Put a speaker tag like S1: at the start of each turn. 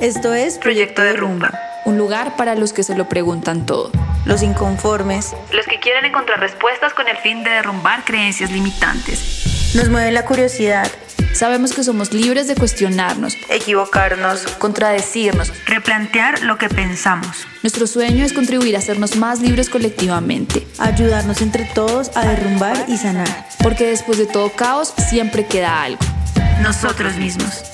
S1: Esto es
S2: Proyecto de Rumba.
S3: Un lugar para los que se lo preguntan todo.
S1: Los inconformes.
S2: Los que quieren encontrar respuestas con el fin de derrumbar creencias limitantes.
S1: Nos mueve la curiosidad,
S3: Sabemos que somos libres de cuestionarnos,
S1: equivocarnos,
S3: contradecirnos.
S2: Replantear lo que pensamos.
S3: Nuestro sueño es contribuir a hacernos más libres colectivamente,
S1: ayudarnos entre todos a derrumbar y sanar.
S3: porque después de todo caos siempre queda algo.
S2: Nosotros mismos.